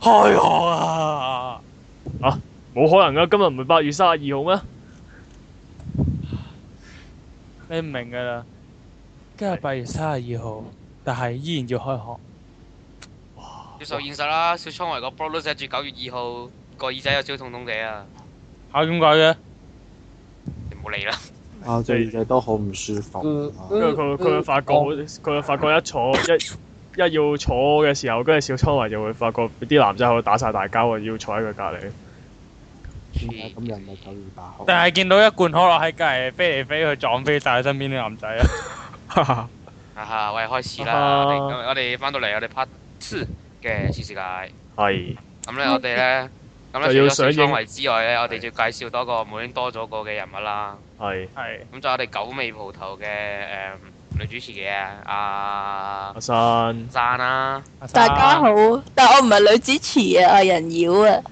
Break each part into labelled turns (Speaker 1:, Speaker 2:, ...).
Speaker 1: 開學啊！
Speaker 2: 冇可能啊噶，今日唔係八月三十二號咩？
Speaker 1: 你唔明㗎啦，今日八月三十二號，但係依然要開學。
Speaker 3: 接受現實啦，小倉唯個 blog 都寫住九月二號，個耳仔有少痛痛地啊！
Speaker 1: 嚇點解嘅？
Speaker 3: 你唔好理啦，
Speaker 4: 啊，最近嗯都好唔舒服啊。
Speaker 2: 因為佢佢會發覺，佢會發覺一坐一一要坐嘅時候，跟住小倉唯就會發覺啲男仔喺度打晒大交啊，要坐喺佢隔離。
Speaker 4: 點解今日咪九月八號？
Speaker 1: 但係見到一罐可樂喺隔離飛嚟飛去撞飛晒身邊啲男仔 啊！
Speaker 3: 啊哈，喂，開始啦！
Speaker 2: 啊
Speaker 3: 我哋我哋翻到嚟我哋 part two 嘅試世界。
Speaker 2: 係
Speaker 3: 咁咧，我哋咧，咁
Speaker 2: 就
Speaker 3: 咧
Speaker 2: 要
Speaker 3: 除
Speaker 2: 上
Speaker 3: 咗小
Speaker 2: 映
Speaker 3: 倉唯之外咧，我哋就介紹多個每年多咗個嘅人物啦。
Speaker 2: 係
Speaker 1: 係
Speaker 3: 咁就我哋九尾蒲頭嘅誒女主持嘅阿
Speaker 2: 阿生
Speaker 3: 山啦，
Speaker 2: 啊
Speaker 5: 大家好，但我唔係女主持啊，我係人妖啊，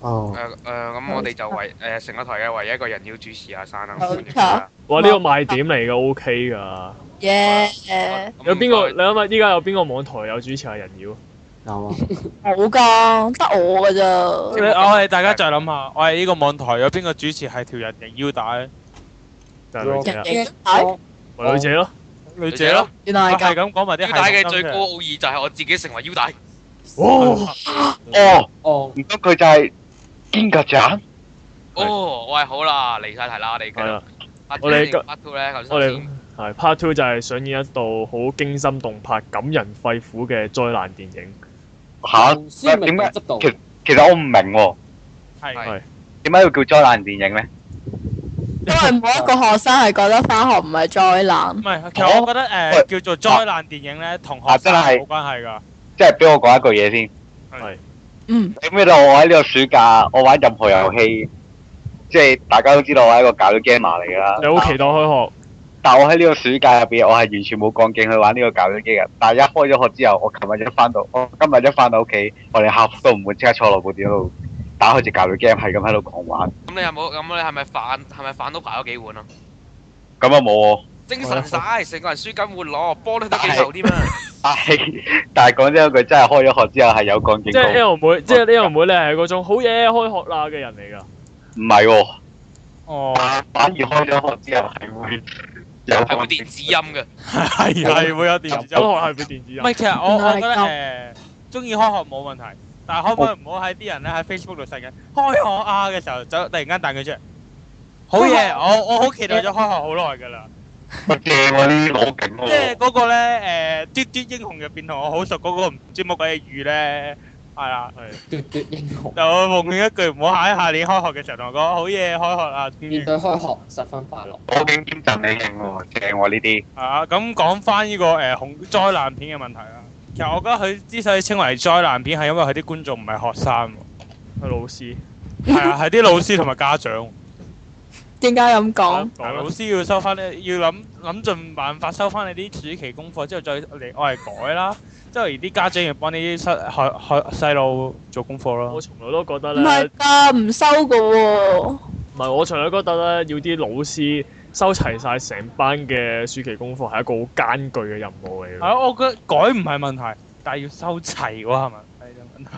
Speaker 4: 哦
Speaker 3: 誒，誒咁我哋就唯誒成個台嘅唯一一個人妖主持阿山啦。
Speaker 5: 冇錯
Speaker 3: 歡迎佢啦
Speaker 2: 哇！呢個賣點嚟嘅，OK 㗎。
Speaker 5: 耶！Ờ.
Speaker 3: 咁
Speaker 2: 有邊個？
Speaker 3: 唔
Speaker 2: 你諗下，依家有邊個網台有主持係人妖？
Speaker 4: 有啊，
Speaker 5: 冇噶，得我噶
Speaker 1: 我
Speaker 5: 咋？
Speaker 1: 哋大家再諗下，我哋呢個網台有邊個主持係條人形腰帶？
Speaker 2: 就係女仔啊
Speaker 5: 人，妖帶，
Speaker 2: 咪女仔咯。
Speaker 1: 女仔咯，
Speaker 5: 原來
Speaker 1: 我係
Speaker 5: 係咁。
Speaker 1: 咁講埋啲
Speaker 3: 該腰帶嘅最高奧義就係我自己成為腰帶。
Speaker 2: 哦，
Speaker 6: 哦，
Speaker 4: 哦，
Speaker 6: 唔通佢就係堅格仔？
Speaker 3: 哦，喂，好啦，離晒題啦，我哋繼
Speaker 2: 係
Speaker 3: 續
Speaker 2: 啦，。
Speaker 3: 我
Speaker 2: 我哋今
Speaker 3: part two 咧，頭
Speaker 2: 我
Speaker 3: 先
Speaker 2: 哋
Speaker 3: 先
Speaker 2: 係 Part Two 就係上演一道好驚心動魄、感人肺腑嘅災難電影。
Speaker 6: 吓，
Speaker 7: 先明
Speaker 6: 點解
Speaker 7: 執導，
Speaker 6: 其其實我唔明喎，
Speaker 1: 係
Speaker 6: 點解要叫災難電影咧？
Speaker 5: 因為冇一個學生係覺得翻學唔係災難
Speaker 1: 唔。係？其實我覺得誒叫做災難電影咧，同學生冇關啊係㗎。
Speaker 6: 即係俾我講一句嘢先。
Speaker 5: 嗯，
Speaker 6: 你知道我喺呢個暑假，我玩任何遊戲，即係大家都知道我係一個搞咗 gamer 嚟㗎啦。啊
Speaker 2: 你好期待開學，
Speaker 6: 但我喺呢個暑假入邊，我係完全冇幹勁去玩呢個搞機嘅。但係一開咗學之後，我琴日一翻到，我今日一翻到屋企，我連客服都唔會即刻坐落部電腦度打開隻搞機 game，係咁喺度狂玩。
Speaker 3: 咁你有冇？咁你係咪飯係咪飯都排咗幾碗啊？
Speaker 6: 咁啊冇喎，
Speaker 3: 精神晒，成個人輸緊活攞，波都得幾球添啊！
Speaker 6: 但係但係講真一句，真係開咗學之後係有幹勁
Speaker 2: 即係
Speaker 6: 到，
Speaker 2: L 妹，即係 L 妹咧係嗰種好嘢開學啦嘅人嚟㗎。
Speaker 6: 唔係喎，
Speaker 1: 哦，
Speaker 6: 反而開咗學之後係會有
Speaker 3: 係會
Speaker 6: 幹
Speaker 3: 電
Speaker 6: 勁。
Speaker 3: 子音嘅，
Speaker 1: 係係會有電視
Speaker 2: 有學係會電子
Speaker 1: 唔
Speaker 2: 人。
Speaker 1: 係，其實我
Speaker 5: 原來
Speaker 1: 我
Speaker 5: 係
Speaker 1: 覺得誒，中意開學冇問題，但係可唔可以唔好喺啲人咧喺 Facebook 度細緊開學啊嘅時候，就突然間彈佢出嚟。好嘢！我我好期待咗開學好耐㗎啦，
Speaker 6: 我正喎呢啲好勁
Speaker 5: 嗯
Speaker 1: 即係
Speaker 6: 喎，
Speaker 1: 嗰個咧誒《嘟嘟英雄》入邊同我好熟嗰個唔知乜鬼嘢魚咧，係啦，
Speaker 7: 奪奪英雄，
Speaker 1: 就奉勸一句唔好喺下年開學嘅時候同我講好嘢開學啦，終於
Speaker 5: 嗯
Speaker 7: 面對開學十分快樂。
Speaker 6: 我竟兼陣你勁喎，正喎呢啲。
Speaker 1: 係啊，咁講翻呢個誒恐災難片嘅問題啦。其實我覺得佢之所以稱為災難片，係因為佢啲觀眾唔係學生喎，
Speaker 2: 係老師。
Speaker 1: 係 啊，係啲老師同埋家長喎。
Speaker 5: 點解咁講？
Speaker 1: 但係
Speaker 2: 講
Speaker 1: 老
Speaker 2: 啦
Speaker 1: 師要收翻你，要諗諗盡辦法收翻你啲暑期功課之後，再嚟我嚟改啦。之後而啲家長要幫呢啲細學學細路做功課
Speaker 2: 我
Speaker 1: 咯。
Speaker 2: 從來都覺啊得
Speaker 5: 唔係
Speaker 2: 咧，
Speaker 5: 㗎，唔收噶喎。
Speaker 2: 唔係我從來都覺得咧，要啲老師收齊晒成班嘅暑期功課係一個好艱巨嘅任務嚟
Speaker 1: 係
Speaker 2: 嘅。
Speaker 1: 啊，我覺得改唔係問題，但係要收齊喎，係咪？係就問題。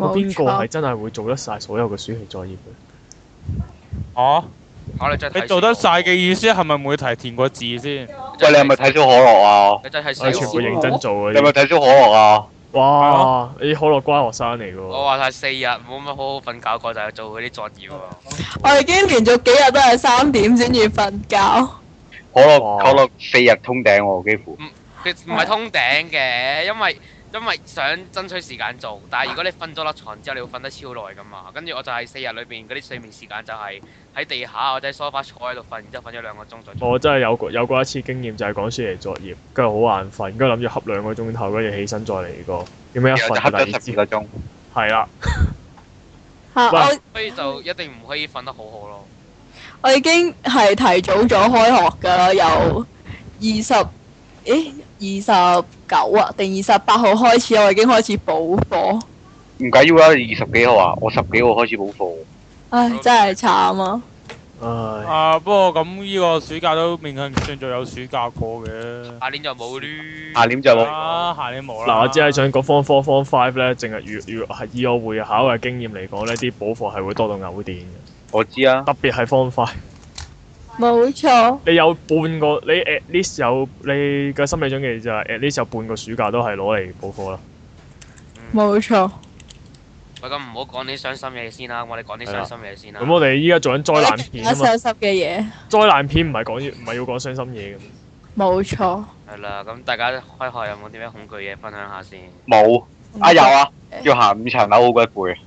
Speaker 2: 有邊個
Speaker 5: 冇
Speaker 2: 係
Speaker 5: 錯
Speaker 2: 真係會做得晒所有嘅暑期作業嘅？
Speaker 1: 哦，
Speaker 3: 我哋真係
Speaker 1: 你做得晒嘅，意思係咪每題填個字先？
Speaker 6: 喂，你係咪睇咗可樂啊？
Speaker 3: 你真係死
Speaker 2: 我哋全部
Speaker 3: 我！
Speaker 2: 認真做
Speaker 6: 你係咪
Speaker 2: 嘅。
Speaker 6: 睇咗可樂啊？
Speaker 2: 哇！你可樂瓜學生嚟嘅
Speaker 3: 我
Speaker 2: 喎。
Speaker 3: 話晒四日冇乜好好瞓覺過，就係做嗰啲作業喎。
Speaker 5: 我哋已經連續幾日都係三點先至瞓覺。
Speaker 6: 可樂
Speaker 2: 哇
Speaker 6: 可樂四日通頂喎，幾乎。
Speaker 3: 佢唔係通頂嘅，因為因為想爭取時間做，但係如果你瞓咗粒床之後，你會瞓得超耐噶嘛。跟住我就係四日裏邊嗰啲睡眠時間就係喺地下或者 sofa 坐喺度瞓，然之後瞓咗兩個鐘再做。
Speaker 2: 我真係有過有過一次經驗，就係講暑期作業，跟住好眼瞓，跟住諗住瞌兩個鐘頭，跟住起身再嚟過，點解一
Speaker 6: 然後就黑
Speaker 2: 瞓
Speaker 6: 咗
Speaker 2: 第二
Speaker 6: 十二
Speaker 2: 朝
Speaker 6: 個鐘。
Speaker 2: 係啦，
Speaker 5: 嚇！
Speaker 2: 喂
Speaker 5: 我
Speaker 3: 所以就一定唔可以瞓得好好咯。
Speaker 5: 我已經係提早咗開學㗎啦，由二十，咦二十九啊，定二十八號開始，我已經開始補課。
Speaker 6: 唔緊要啊，二十幾號啊，我十幾號開始補課。
Speaker 5: 唉，真係慘啊！
Speaker 2: 唉，
Speaker 1: 啊，不過咁呢個暑假都勉強算做有暑假過嘅。
Speaker 3: 下年就冇呢。
Speaker 6: 下年就冇。
Speaker 1: 啊，下年冇啦。
Speaker 2: 嗱，我只係想講 Form Four、Form Five 咧，淨係如如係以我會考嘅經驗嚟講呢啲補課係會多到嘔電嘅，
Speaker 6: 我知啊，
Speaker 2: 特別係 Form Five。
Speaker 5: 冇錯，
Speaker 2: 你有半個，你 at least 有你嘅心理準備就係 at least 有半個暑假都係攞嚟補課啦。
Speaker 5: 冇錯。
Speaker 3: 喂，咁唔好講啲傷心嘢先啦，我哋講啲傷心嘢先啦。
Speaker 2: 啊咁我哋依家做緊災難
Speaker 5: 一
Speaker 2: 片
Speaker 5: 家
Speaker 2: 啊嘛，
Speaker 5: 傷心嘅嘢，
Speaker 2: 災難片唔係講要唔係要講傷心嘢嘅。
Speaker 5: 冇錯。
Speaker 3: 係啦，咁大家開學有冇啲咩恐懼嘢分享下先？
Speaker 6: 冇啊有啊，
Speaker 1: 嗯
Speaker 6: 要行五層樓好鬼攰。啊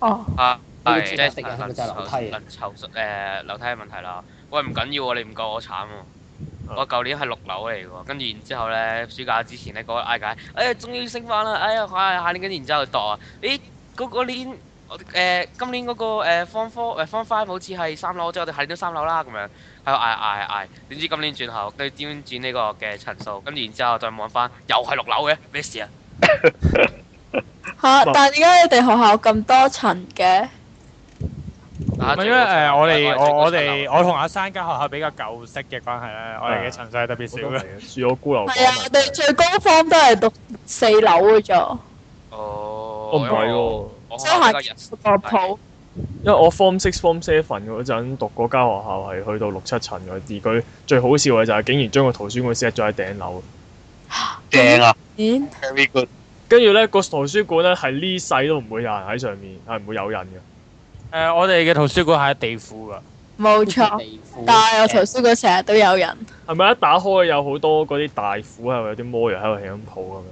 Speaker 5: 哦，
Speaker 3: 啊，
Speaker 7: 呢個
Speaker 3: 係
Speaker 7: 最
Speaker 3: 即
Speaker 7: 大
Speaker 3: 係
Speaker 7: 敵人係咪就係樓梯啊
Speaker 3: 能籌誒樓梯嘅問題啦。喂，唔緊要喎，你唔夠我慘喎。
Speaker 2: 嗯
Speaker 3: 我舊年係六樓嚟喎，跟住然之後咧，暑假之前咧，嗰個嗌解，哎呀，終於升翻啦！哎呀，下下年跟住然之後度啊，咦，嗰嗰年我誒今年嗰個誒方科誒方 five 好似係三樓，即係我哋下年都三樓啦咁樣，喺度嗌嗌嗌，點知今年轉後，跟住點轉呢個嘅層數，跟住然之後再望翻，又係六樓嘅，咩事啊？
Speaker 5: 吓！但係點解你哋學校咁多層嘅？
Speaker 1: 唔係因為誒，我哋我我哋我同阿山間學校比較舊式嘅關係咧，我哋嘅層數係特別少
Speaker 2: 我都
Speaker 1: 嘅
Speaker 2: 係。嘅恕我啊孤陋
Speaker 5: 係啊，
Speaker 2: 寡
Speaker 5: 我
Speaker 2: 聞
Speaker 5: 哋。最高方都係讀四樓嘅啫，
Speaker 3: 哦，
Speaker 2: 我唔係喎，
Speaker 3: 我
Speaker 5: 所以下
Speaker 3: 學校比較日式
Speaker 5: 個譜
Speaker 2: 因為我 Form Six、Form Seven 嗰陣讀嗰間學校係去到六七層嘅，而佢最好笑嘅就係竟然將個圖書館 set 咗喺頂樓，
Speaker 6: 正啊
Speaker 5: 咦？
Speaker 6: ，very good。
Speaker 2: 跟住咧個圖書館咧係呢世都唔會有人喺上面，係唔會有人嘅。
Speaker 1: 誒，我哋嘅圖書館係喺地庫㗎。
Speaker 5: 冇錯。
Speaker 7: 地庫
Speaker 5: 但係我圖書館成日都有人，
Speaker 2: 係咪一打開有好多嗰啲大虎喺度，有啲魔人喺度起咁抱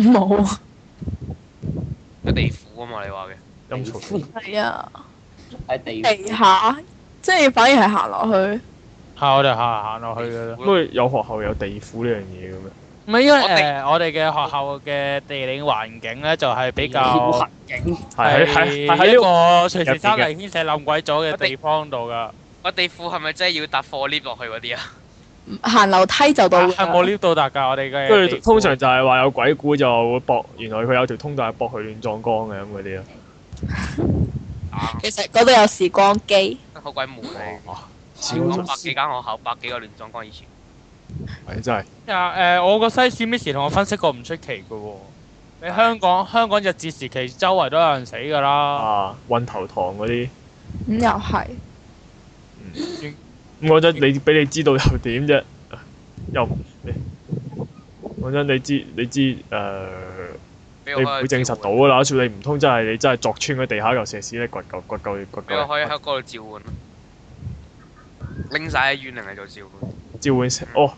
Speaker 2: 咁樣
Speaker 5: 冇
Speaker 3: 有地府啊嘛，你話嘅。
Speaker 2: 嘅？陰嘈。
Speaker 5: 係啊，
Speaker 7: 喺地庫
Speaker 5: 地下即係反而係行落去。
Speaker 1: 係，我哋行行落去㗎啦。
Speaker 2: 咁佢有學校有啊地府呢樣嘢嘅咩？
Speaker 1: 唔係因為
Speaker 3: 我哋
Speaker 1: 誒，我哋嘅學校嘅地理環境咧，就係比較。
Speaker 7: 環境
Speaker 2: 係係係喺
Speaker 1: 一
Speaker 2: 呢個
Speaker 1: 個隨時三零牽扯冧鬼咗嘅地方度㗎，
Speaker 3: 我地庫係咪真係要搭貨 lift 落去嗰啲 啊？
Speaker 5: 行樓梯就到㗎
Speaker 1: 係
Speaker 2: 啊
Speaker 1: 冇 lift 到達㗎，我哋嘅。
Speaker 2: 跟住通常就係話有鬼故就會搏，原來佢有條通道係搏佢亂撞光嘅咁嗰啲咯。
Speaker 5: 其實嗰度有時光機，
Speaker 3: 真係好鬼悶啊！
Speaker 2: 哇！超
Speaker 7: 嗯
Speaker 3: 講
Speaker 2: 準
Speaker 3: 百幾間學校，百幾個亂葬崗以前。
Speaker 2: 係真係。
Speaker 1: 啊誒，我個西史 Miss 同我分析過唔出奇㗎喎。你香港香港日治時期周圍都有人死㗎啦，
Speaker 2: 啊，運頭堂嗰啲，
Speaker 5: 咁又係。
Speaker 2: 咁講真，你俾你知道又點啫？又你講真，你知你知呃誒、
Speaker 3: 俾我
Speaker 2: 你唔
Speaker 3: 可以
Speaker 2: 會證實到噶啦。所以你唔通真係你真係鑿穿個地下嚿石屎咧，掘嚿掘嚿掘
Speaker 3: 俾我可以喺
Speaker 2: 嚿，
Speaker 3: 嗰度召喚咯。拎晒啲怨靈嚟做召喚。
Speaker 2: 召喚石哦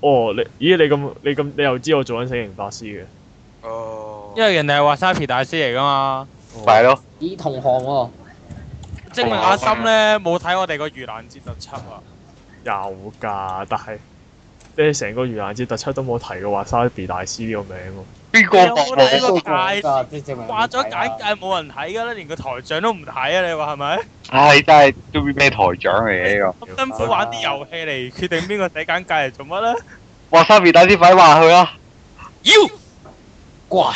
Speaker 2: 哦，你咦你咁你咁你又知我做緊死刑法師嘅？
Speaker 3: 哦
Speaker 1: 因為人哋係 Wasabi 大師嚟㗎嘛。
Speaker 6: 哦咪係咯，
Speaker 7: 咦同行喎，
Speaker 1: 證明阿森咧冇睇我哋個盂蘭節特輯啊！
Speaker 2: 有㗎，但係你成個盂蘭節特輯都冇提過話沙比大師呢個名喎。
Speaker 6: 邊個
Speaker 1: 你有冇
Speaker 6: 放
Speaker 1: 睇
Speaker 6: 我？
Speaker 1: 過
Speaker 7: 嗰
Speaker 1: 大
Speaker 7: 個即係證明
Speaker 1: 掛咗
Speaker 7: 係啊
Speaker 1: 簡介冇人睇㗎啦，連個台長都唔睇啊！你話係咪？
Speaker 6: 唉，真係都唔知咩台長嚟嘅呢
Speaker 1: 咁辛苦玩啲遊戲嚟決定邊個寫簡介嚟做乜咧？
Speaker 6: 個。哇！沙比大師快話啊佢啦，
Speaker 7: 怪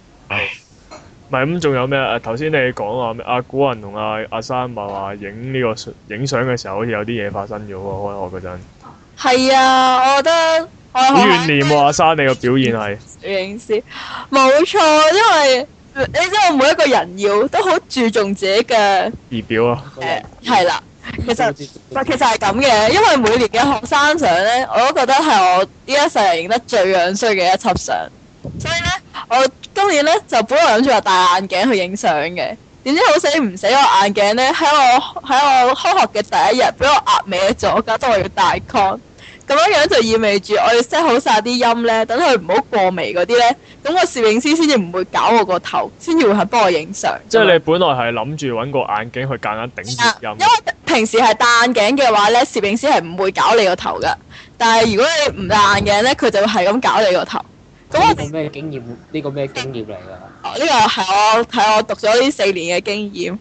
Speaker 2: 唔係咁，仲有咩啊？頭先你講話咩阿古人同阿阿生咪話影呢個相影相嘅時候，好似有啲嘢發生咗喎。開學嗰陣，
Speaker 5: 係啊，我覺得我
Speaker 2: 好
Speaker 5: 學校
Speaker 2: 怨念喎、阿生你個表現係
Speaker 5: 攝影師，冇錯，因為呃你知我每一個人要都好注重自己嘅
Speaker 2: 儀表啊，
Speaker 5: 誒係啦，其實。但其實係咁嘅，因為每年嘅學生相咧，我都覺得係我呢一世人影得最樣衰嘅一輯相。所以咧，我今年咧就本來諗住話戴眼鏡去影相嘅，點知好死唔死我眼鏡咧喺我喺我開學嘅第一日俾我壓歪咗，搞到我要戴 con。咁樣樣就意味住我要 set 好晒啲音咧，等佢唔好過眉嗰啲咧，咁個攝影師先至唔會搞我個頭，先至會係幫我影相。
Speaker 2: 即係你本來係諗住揾個眼鏡去夾硬頂住
Speaker 5: 啊因
Speaker 2: 音
Speaker 5: 為，平時係戴眼鏡嘅話咧，攝影師係唔會搞你個頭噶。但係如果你唔戴眼鏡咧，佢就會係咁搞你個頭。咁我
Speaker 7: 呢個
Speaker 5: 哋
Speaker 7: 咩經驗？呢個咩經驗嚟㗎？
Speaker 5: 呢個係我係我讀咗呢四年嘅經驗。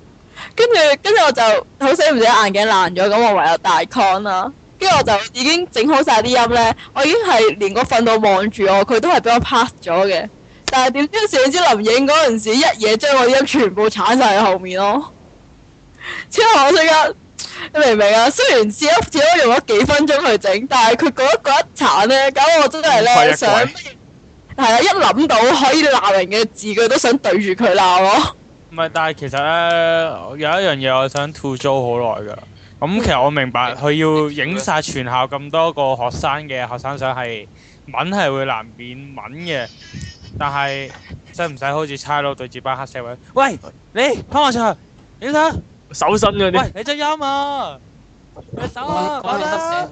Speaker 5: 跟住跟住我就好死唔死眼鏡爛咗，咁我唯有戴 con 啦。跟住我就已經整好晒啲音咧，我已經係連個訓導望住我，佢都係俾我 pass 咗嘅。但係點知攝影師臨影嗰陣時，一嘢將我啲音全部鏟晒喺後面咯。超可惜啊！你明唔明啊？雖然只都只都用咗幾分鐘去整，但係佢嗰一嗰一鏟咧，搞到我真係
Speaker 2: 快一
Speaker 5: 咧
Speaker 2: 季
Speaker 5: 想係啊！一諗到可以鬧人嘅字，佢都想對住佢鬧咯。
Speaker 1: 唔係，但係其實咧有一樣嘢我想吐槽好耐㗎。咁其實我明白佢要影晒全校咁多個學生嘅學生相係文係會難免文嘅，但係使唔使好似差佬對住班黑社會？喂，你翻我上去，影相。
Speaker 2: 手身嗰啲
Speaker 1: 喂，你真音啊！你手啊，
Speaker 7: 講
Speaker 1: 玩
Speaker 7: 起黑社
Speaker 1: 啦！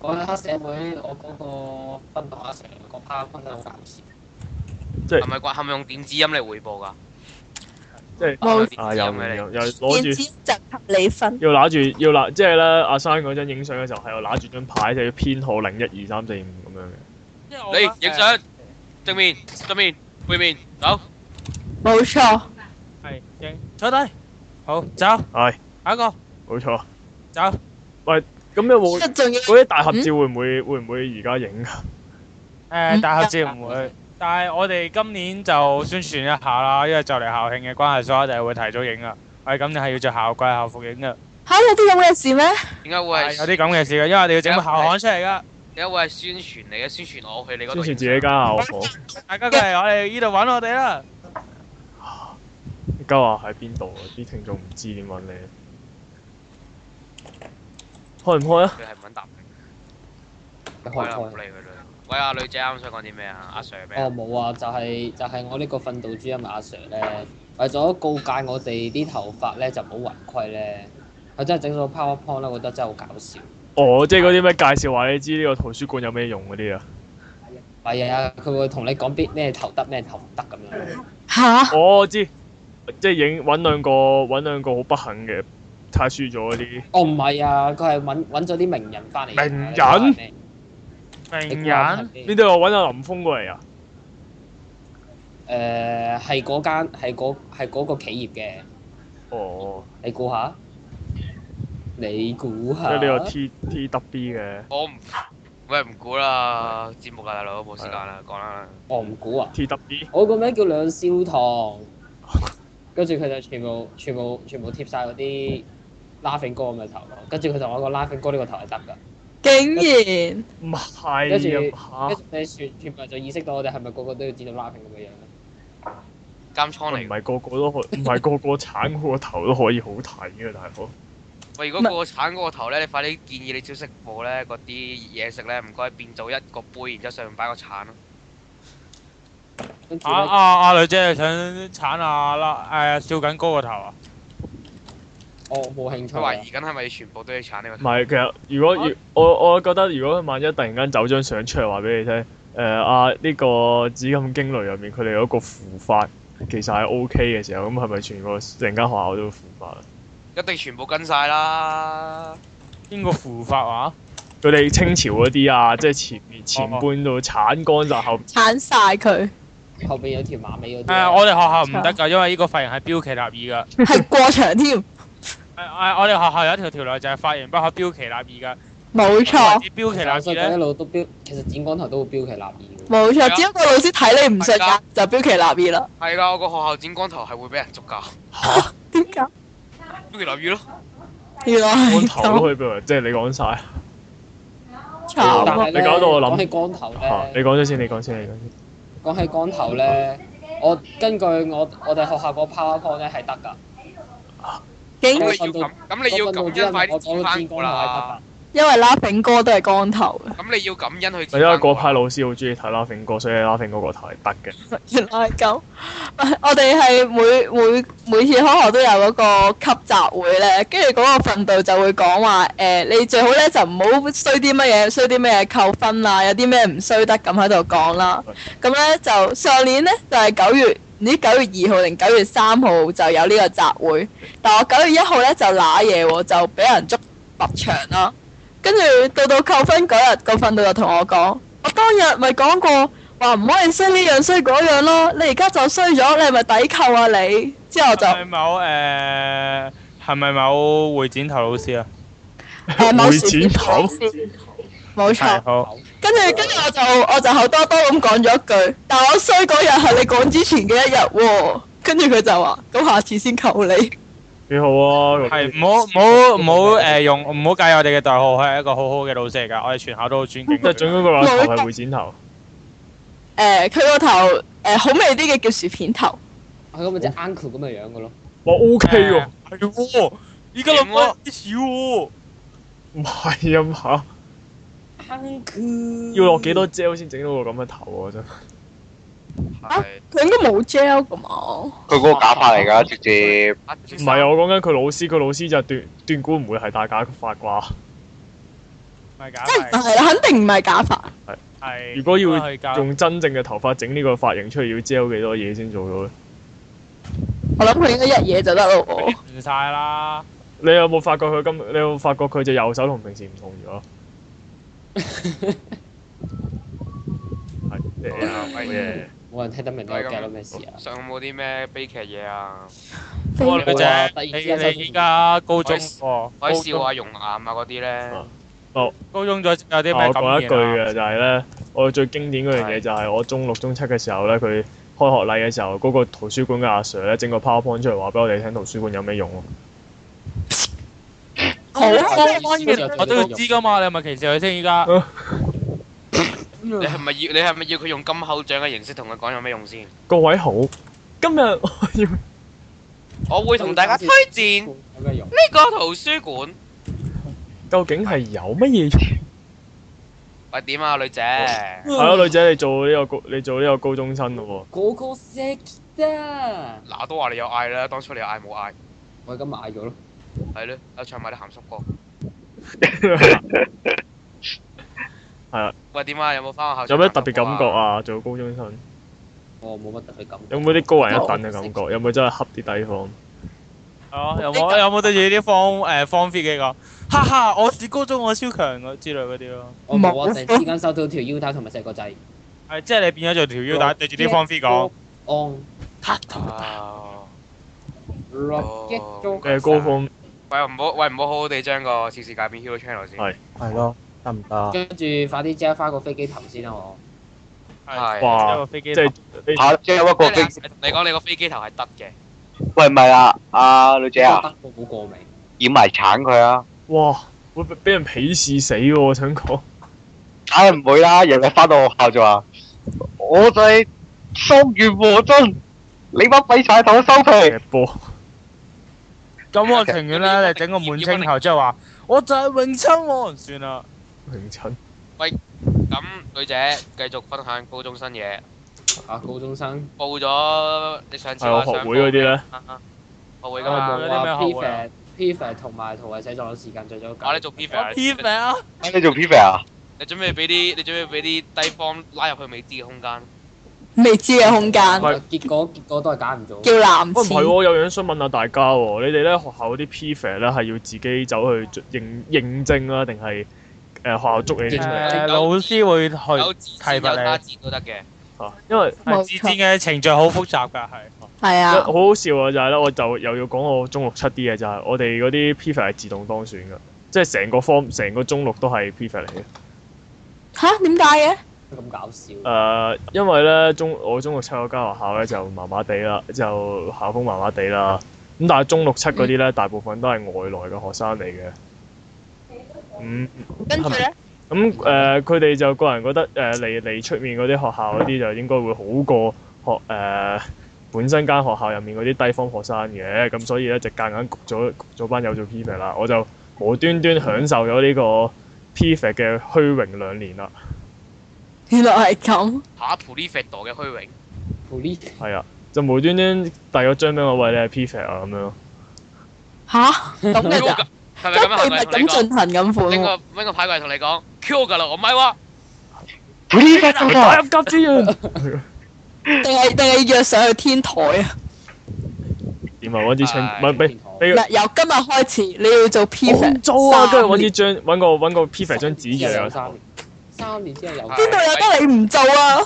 Speaker 7: 會，講起黑社會，我嗰個分黨黑社會個 part 分得好搞笑。
Speaker 3: 係咪掛？係咪用電子音嚟彙報㗎？
Speaker 2: 即係
Speaker 5: 冇
Speaker 3: 用電
Speaker 2: 啊
Speaker 3: 子音
Speaker 2: 又
Speaker 3: 嘅你
Speaker 2: 又又攞
Speaker 5: 然
Speaker 2: 住
Speaker 5: 之。就給你分，
Speaker 2: 要揦住要揦，即係咧阿生嗰陣影相嘅時候係要揦住張牌，就要編號零一二三四五咁樣嘅。
Speaker 3: 你影相，正面、側面、背面，走。
Speaker 5: 冇錯。
Speaker 1: 係影坐低，好走，
Speaker 2: 係
Speaker 1: 下一個
Speaker 2: 冇錯。
Speaker 1: 走。
Speaker 2: 咁有冇
Speaker 5: 即係仲要
Speaker 2: 嗰啲大合
Speaker 3: 嗯
Speaker 2: 照會唔會會唔會而家影啊？
Speaker 1: 誒，大合照唔會，但係我哋今年就宣傳一下啦，因為就嚟校慶嘅關係，所以我哋會提早影啊。我哋今年係要着校季校服影噶，
Speaker 5: 吓有啲咁嘅事咩？
Speaker 3: 點解會
Speaker 1: 係
Speaker 3: 係
Speaker 1: 有？啲咁嘅事嘅，因為我哋要整個校刊出嚟噶。
Speaker 3: 點解會係宣傳你嘅？宣傳我去你嗰
Speaker 2: 宣傳
Speaker 3: 度影相。
Speaker 2: 自己家啊！我講
Speaker 1: 大家過嚟我哋呢度揾我哋啦。
Speaker 2: 而家話喺邊度啊？啲聽眾唔知點揾你。開唔開啊？
Speaker 3: 佢係唔肯答
Speaker 7: 你
Speaker 3: 你。
Speaker 7: 開
Speaker 3: 開
Speaker 7: 唔
Speaker 3: 啦，唔好
Speaker 7: 開？
Speaker 3: 理佢啦。喂，阿女仔啱啱想講啲咩啊？阿 Sir 咩啊
Speaker 7: 哦，？冇啊，就係、就係、我呢個訓導主任阿 Sir 咧，為咗告誡我哋啲頭髮咧就唔好違規咧，佢真係整咗個 PowerPoint 咧，我覺得真係好搞笑。
Speaker 2: 哦，即係嗰啲咩介紹話你知呢個圖書館有咩用嗰啲啊？
Speaker 7: 係啊，佢會同你講邊咩頭得咩頭唔得咁樣。
Speaker 5: 吓
Speaker 2: 哦我知，即係影揾兩個揾兩個好不幸嘅，太輸咗嗰啲。
Speaker 7: 哦，唔係啊，佢係揾揾咗啲名人翻嚟呃㗎。
Speaker 2: 名人
Speaker 1: 名
Speaker 7: 名
Speaker 1: 人
Speaker 3: 嗯
Speaker 2: 呢
Speaker 7: 人？
Speaker 2: 度又揾阿林峰過嚟啊！
Speaker 7: 誒呃係嗰間係嗰係嗰個企業嘅，
Speaker 2: 哦，
Speaker 7: 你估下？你估
Speaker 2: 即
Speaker 7: 下？
Speaker 2: 係呢個 T T W 嘅
Speaker 3: 我唔，喂唔估啦，節目啊大佬冇時間啦，講啦。
Speaker 7: 我唔估啊！
Speaker 2: T W，
Speaker 7: 我個名叫兩少棠，跟住佢就全部全部全部貼晒嗰啲 laughing 哥咁嘅頭咯。跟住佢同我講 laughing 哥呢個頭係得㗎。
Speaker 5: 竟然
Speaker 2: 唔
Speaker 7: 跟
Speaker 2: 係
Speaker 7: 住
Speaker 2: 啊
Speaker 7: 跟住你全全部人就意識到我哋係咪個個都要剪到 laughing 咁嘅樣咧？
Speaker 3: 監倉
Speaker 2: 嚇，
Speaker 3: 嚟
Speaker 2: 唔。係個個都可，唔係個個鏟個頭都可以好睇嘅，大佬。
Speaker 3: 喂，如果個鏟嗰個頭咧，你快啲建議你招式部咧嗰啲嘢食咧，唔該變做一個杯，然之後上面擺個鏟咯。
Speaker 7: 跟住
Speaker 1: 啊
Speaker 7: 咧
Speaker 1: 啊啊！女姐想鏟啊啦誒，笑緊高個頭啊！
Speaker 7: 我冇興趣
Speaker 3: 佢
Speaker 7: 啊。
Speaker 3: 懷疑緊係咪全部都要鏟呢個
Speaker 2: 唔
Speaker 3: 頭？
Speaker 2: 係，其實如果要我，我覺得如果萬一突然間走張相出嚟話俾你聽，誒、啊呢、個紫禁驚雷入面佢哋嗰個符法其實係 O K 嘅時候，咁係咪全個成間學校都符法啊？
Speaker 3: 一定全部跟晒啦。
Speaker 1: 邊個符法話？
Speaker 2: 佢哋清朝嗰啲啊，即係前面前半度鏟乾晒，後
Speaker 5: 鏟晒 佢，
Speaker 7: 後邊有條馬尾嗰啲啊。
Speaker 1: 誒，我哋學校唔得㗎，因為呢個髮型係標旗立異㗎。
Speaker 5: 係過場添，
Speaker 1: 誒誒，我哋學校有一條條例就係髮型不可標旗立異㗎。
Speaker 5: 冇錯。
Speaker 1: 你標旗立異
Speaker 7: 我細
Speaker 1: 咧
Speaker 7: 個一。路都標，其實剪光頭都會標旗立異嘅喎。
Speaker 5: 冇
Speaker 3: 係啊
Speaker 5: 錯，只不過老師睇你唔順
Speaker 3: 係㗎
Speaker 5: 眼就標旗立異啦。
Speaker 3: 係㗎，我個學校剪光頭係會俾人捉㗎。
Speaker 5: 點解？
Speaker 3: 不如留意咯。
Speaker 5: 原來
Speaker 2: 乾
Speaker 5: 係
Speaker 2: 頭都
Speaker 5: 咁
Speaker 2: 可以俾人，即係你講晒。
Speaker 5: 慘
Speaker 7: 但
Speaker 5: 啊
Speaker 7: 係咧
Speaker 2: 你搞到我諗
Speaker 7: 講起光頭咧。
Speaker 2: 嚇你講咗先，你講先，你講先。
Speaker 7: 講起光頭咧，我根據我我哋學校個 PowerPoint 咧係得㗎，
Speaker 5: 竟
Speaker 3: 咁
Speaker 5: 然
Speaker 3: 你要咁，咁你要感
Speaker 7: 我覺得
Speaker 3: 恩快啲
Speaker 7: 我
Speaker 3: 剪翻過啦。
Speaker 5: 因為 Laughing 哥都係光頭嘅，
Speaker 3: 咁你要感恩去
Speaker 2: 因
Speaker 3: 剪
Speaker 2: 為
Speaker 3: 翻
Speaker 2: 嗰
Speaker 3: 過
Speaker 2: 派
Speaker 3: 啦。
Speaker 2: 老師好中意睇拉丁哥，所以拉丁哥個頭係得嘅。
Speaker 5: 原來係咁。 我哋係每每每次開學都有嗰個級集會咧，跟住嗰個訓導就會講話誒，你最好咧就唔好衰啲乜嘢，衰啲乜嘢扣分啊，有啲咩唔衰得咁喺度講啦。咁咧就上年咧就係、九月。唔知九月二號定九月三號就有呢個集會，但我九月一號咧就揦嘢喎，就俾人捉白場啦。跟住到到扣分嗰日，個訓導就同我講：我當日咪講過話唔可以衰呢樣衰嗰樣咯，你而家就衰咗，你係咪抵扣啊你？之後就
Speaker 1: 係咪某誒係咪某會展頭老師啊？
Speaker 5: 誒某
Speaker 2: 會
Speaker 5: 時
Speaker 2: 剪頭，
Speaker 5: 冇
Speaker 1: 係
Speaker 5: 錯。
Speaker 1: 好。
Speaker 5: 跟住跟住我就我就口多多咁講咗一句，但我衰嗰日係你講之前嘅一日喎。跟住佢就話：咁下次先扣你。
Speaker 2: 幾好啊！咁
Speaker 1: 係唔好唔好唔好誒用唔好介意我哋嘅代號，佢係一個好好嘅老師嚟㗎，我哋全校都好尊敬佢。
Speaker 2: 即係總之個話頭係會剪頭，
Speaker 5: 誒佢個頭誒好味啲嘅叫薯片頭，
Speaker 7: 係啊咁咪只 uncle 咁嘅樣嘅咯。
Speaker 2: 哇 OK 喎，
Speaker 1: 係啊喎，依家諗翻啲似喎，
Speaker 2: 唔係啊嘛，
Speaker 7: uncle
Speaker 2: 要落幾多 gel 先整到個咁嘅頭啊真係。
Speaker 5: 啊
Speaker 3: 係
Speaker 5: 佢應該冇 gel 噶嘛？
Speaker 6: 佢嗰個假髮嚟㗎，直接
Speaker 3: 啊
Speaker 2: 唔係啊，我講緊佢老師，佢老師就斷斷估唔會係戴假髮啩。
Speaker 1: 係假
Speaker 5: 即係唔係啦，肯定唔係假髮。
Speaker 1: 係。啊
Speaker 2: 如果要
Speaker 1: 去教
Speaker 2: 用真正嘅頭髮整呢個髮型出嚟，要 gel 幾多嘢先做到咧？
Speaker 5: 我諗佢應該一嘢就得咯喎。
Speaker 1: 唔晒啦，
Speaker 2: 你有冇發覺佢今？你有冇發覺佢隻右手同平時唔同 咗？係
Speaker 3: 好啦
Speaker 2: 好
Speaker 3: 喂
Speaker 2: 嘢
Speaker 7: 冇人聽得明呢個 get 到咩事啊？
Speaker 3: 上冇啲咩悲劇嘢啊？
Speaker 1: 我
Speaker 7: 冇啊突然之間收
Speaker 1: 哋你依家高中喎，
Speaker 3: 海
Speaker 1: 高
Speaker 3: 笑
Speaker 1: 中
Speaker 3: 啊、容岩啊嗰啲咧
Speaker 2: 啊，
Speaker 1: 高中咗有啲咩
Speaker 2: 啊我講一句
Speaker 1: 感言啊？
Speaker 2: 嘅就係咧，我最經典嗰樣嘢就係我中六中七嘅時候咧，佢開學禮嘅時候，嗰、個圖書館嘅阿 Sir 咧整個 PowerPoint 出嚟話俾我哋聽，圖書館有咩用咯？
Speaker 5: 好
Speaker 1: 高安嘅我都要知噶嘛，你係咪歧視佢先依家？
Speaker 3: 你係咪要你係咪要佢用金口獎嘅形式同佢講有咩用先？
Speaker 2: 各位好，今日我要
Speaker 3: 我會
Speaker 7: ừ,
Speaker 3: 同大家推薦呢
Speaker 7: 有咩用？
Speaker 3: 個圖書館。
Speaker 2: 究竟係有乜嘢用？
Speaker 3: 喂，點啊，女姐？
Speaker 2: 係啊咯，女仔，你做呢、個高，你做呢個高中生咯
Speaker 7: 嗰個 sex 啊！
Speaker 3: 嗱，都話你有嗌啦，當初你有嗌冇嗌，
Speaker 7: 我而家買咗咯，
Speaker 3: 係咧，有唱埋啲鹹濕歌。
Speaker 2: 喎，
Speaker 3: 喂，點啊？有冇翻學校？
Speaker 2: 有咩特別感覺？啊？做高中生
Speaker 7: 我冇乜特別感覺。
Speaker 2: 有冇啲高人一等嘅感覺？有冇真係恰啲低方？
Speaker 1: 哦，有冇有冇對住啲方誒方 fit 嘅講？哈哈，我是高中，我超強嗰之類嗰啲咯。
Speaker 7: 我冇啊！突然之間收到條腰帶同埋細個仔。
Speaker 1: 係即係你變咗做條腰帶，對住啲方 fit 講。
Speaker 7: On
Speaker 3: 啊！
Speaker 7: rock it
Speaker 3: 哦
Speaker 2: 嘅高峰
Speaker 3: 喂，唔好喂，唔好好好地將個試試界變 Hero Channel 先。
Speaker 2: 係
Speaker 4: 係咯，得唔得啊？
Speaker 7: 跟住快啲 j 翻個飛機頭先啦我。
Speaker 1: 啊係
Speaker 3: 哇！
Speaker 1: 一
Speaker 2: 哇
Speaker 1: 個，飛機
Speaker 2: 即
Speaker 1: 頭
Speaker 2: 係啊你
Speaker 6: 嚇，即係一個
Speaker 3: 即係你
Speaker 6: 飛
Speaker 3: 啱。先同你講你個飛機頭係得嘅，
Speaker 6: 喂，唔係啊，阿女姐啊，
Speaker 7: 德國冇過未？
Speaker 6: 染埋橙佢啊！
Speaker 2: 哇，會俾俾人鄙視死喎！我想講。
Speaker 6: 梗係唔會啦，日日翻到學校就話，我就係桑原和真，你乜鬼晒頭收皮
Speaker 2: 踢，波，
Speaker 1: 咁我情願咧，你整個滿清頭之後話，我就係永春王，算啦。
Speaker 2: 明親
Speaker 3: 咁女姐繼續分享高中生嘢，
Speaker 7: 啊，高中生。
Speaker 3: 報咗你上次
Speaker 2: 係我
Speaker 3: 話
Speaker 2: 學
Speaker 3: 上
Speaker 2: 會嗰啲咧，
Speaker 3: 啊學會
Speaker 7: 我
Speaker 3: 噶嘛？
Speaker 7: 冇啊 p f p f 同埋圖畫寫作嘅時間最咗
Speaker 3: 我你做 P
Speaker 1: 我
Speaker 3: f
Speaker 1: P 名啊！
Speaker 6: 你做 P 肥啊？
Speaker 3: 你準備俾啲你準備俾啲低方拉入去未知嘅空間。
Speaker 5: 未知嘅空間，
Speaker 7: 結果結果都係揀唔到。
Speaker 5: 叫藍
Speaker 2: 喂唔係喎，
Speaker 5: 錢。
Speaker 2: 我有樣想問下啊大家喎，你哋咧學校嗰啲 P f a 咧係要自己走去認認證啊，定係呃誒學校捉你啲出嚟
Speaker 1: 誒老師會去
Speaker 3: 有自
Speaker 1: 提
Speaker 3: 薦
Speaker 1: 拔
Speaker 3: 有
Speaker 1: 你
Speaker 3: 他薦都得嘅，
Speaker 2: 啊？因為
Speaker 1: 係之前嘅程序好複雜㗎，係。
Speaker 5: 係
Speaker 2: 好
Speaker 5: 啊，
Speaker 2: 好笑啊，就係咧，我就又要講我中六七啲嘢，就係我哋嗰啲 P f a 係自動當選㗎，即係成個方成個中六都係 P f a 嚟嘅。
Speaker 5: 吓？點解嘅？
Speaker 7: 咁搞笑。
Speaker 2: 誒、呃因為咧中我中六七嗰間學校咧就麻麻地啦，就校風麻麻地啦。咁但係中六七嗰啲咧，大部分都係外來嘅學生嚟嘅。嗯，
Speaker 5: 跟住咧，
Speaker 2: 咁誒，呃佢哋、就個人覺得誒嚟嚟出面嗰啲學校嗰啲就應該會好過學誒、呃本身間學校入面嗰啲低方學生嘅，咁所以咧就夾硬焗咗焗咗班友做 p f 啦，我就無端端享受咗呢個 p f 嘅虛榮兩年啦，
Speaker 5: 原來係咁。
Speaker 3: 下 p r e f e t 嘅虛榮。
Speaker 7: police
Speaker 2: 係啊，就無端端遞咗張俾我，喂你係 p f 啊咁樣咯。
Speaker 5: 吓？咁嘅咋？
Speaker 3: 係咪咁啊樣？
Speaker 5: 咁
Speaker 3: 係
Speaker 5: 秘
Speaker 3: 咪同你
Speaker 5: 密咁
Speaker 3: 講？
Speaker 5: 進行咁款
Speaker 3: 拎
Speaker 5: 喎。
Speaker 3: 個拎個牌過嚟同你講 Q 㗎啦，我唔係喎。
Speaker 6: P 肥
Speaker 2: 佢打入甲之啊！
Speaker 5: 定係定係約上去天台啊！
Speaker 2: 點啊？揾支青，
Speaker 3: 唉
Speaker 2: 唔係俾俾
Speaker 5: 嗱，由今日開始你要做 P
Speaker 2: 好
Speaker 5: f
Speaker 2: 租啊！跟住揾支張，揾個揾個 P 肥張紙住
Speaker 7: 有
Speaker 2: 啊！
Speaker 7: 三年，三年之後
Speaker 6: 啊
Speaker 7: 有。
Speaker 5: 邊度有得你唔做啊？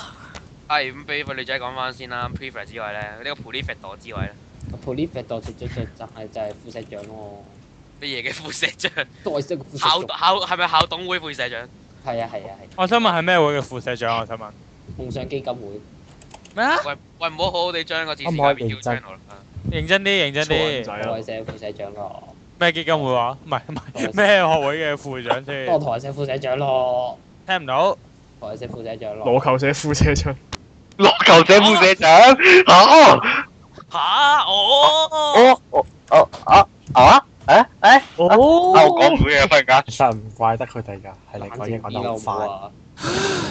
Speaker 3: 係咁，俾個女仔講翻先啦。Prefer 之外咧，呢個 Prefect 之外咧，
Speaker 7: police 度最最最就係就係副社長咯，
Speaker 3: 乜嘢嘅副社長？
Speaker 7: 都係識個副社
Speaker 3: 校
Speaker 7: 長。
Speaker 3: 校係咪校董會副社長？
Speaker 7: 係啊係啊係。
Speaker 1: 我想問係咩會嘅副社長？我想問
Speaker 7: 夢想基金會。
Speaker 1: 咩啊？啊
Speaker 3: 喂喂，唔好好好地將個字
Speaker 4: 可唔
Speaker 3: 詞
Speaker 4: 可以
Speaker 3: 改變 U
Speaker 4: 認真
Speaker 3: channel 啦。
Speaker 1: 認真啲，認真
Speaker 2: 錯仔
Speaker 1: 啲。
Speaker 7: 我係
Speaker 2: 啊！
Speaker 7: 社副社長咯，
Speaker 1: 咩基金會話？唔係唔係咩學會嘅副會長先
Speaker 7: 不過？台社副社長咯，
Speaker 1: 聽唔到。
Speaker 7: 台社副社長咯。
Speaker 2: 羅球社副社長，
Speaker 6: 落球者副社長嚇
Speaker 3: 吓我
Speaker 6: 我我我啊啊誒誒啊！我講唔到嘢忽然間，
Speaker 4: 其實唔怪得佢哋㗎，係你
Speaker 7: 冷
Speaker 4: 講
Speaker 7: 靜
Speaker 4: 嘢講
Speaker 7: 啲啦，好
Speaker 4: 得好
Speaker 7: 唔好
Speaker 4: 快，
Speaker 7: 啊？